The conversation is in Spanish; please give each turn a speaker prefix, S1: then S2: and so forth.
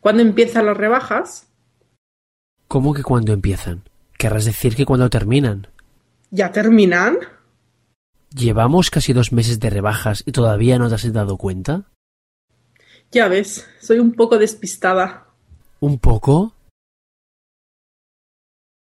S1: ¿Cuándo empiezan las rebajas?
S2: ¿Cómo que cuándo empiezan? Querrás decir que cuando terminan.
S1: ¿Ya terminan?
S2: ¿Llevamos casi dos meses de rebajas y todavía no te has dado cuenta?
S1: Ya ves, soy un poco despistada.
S2: ¿Un poco?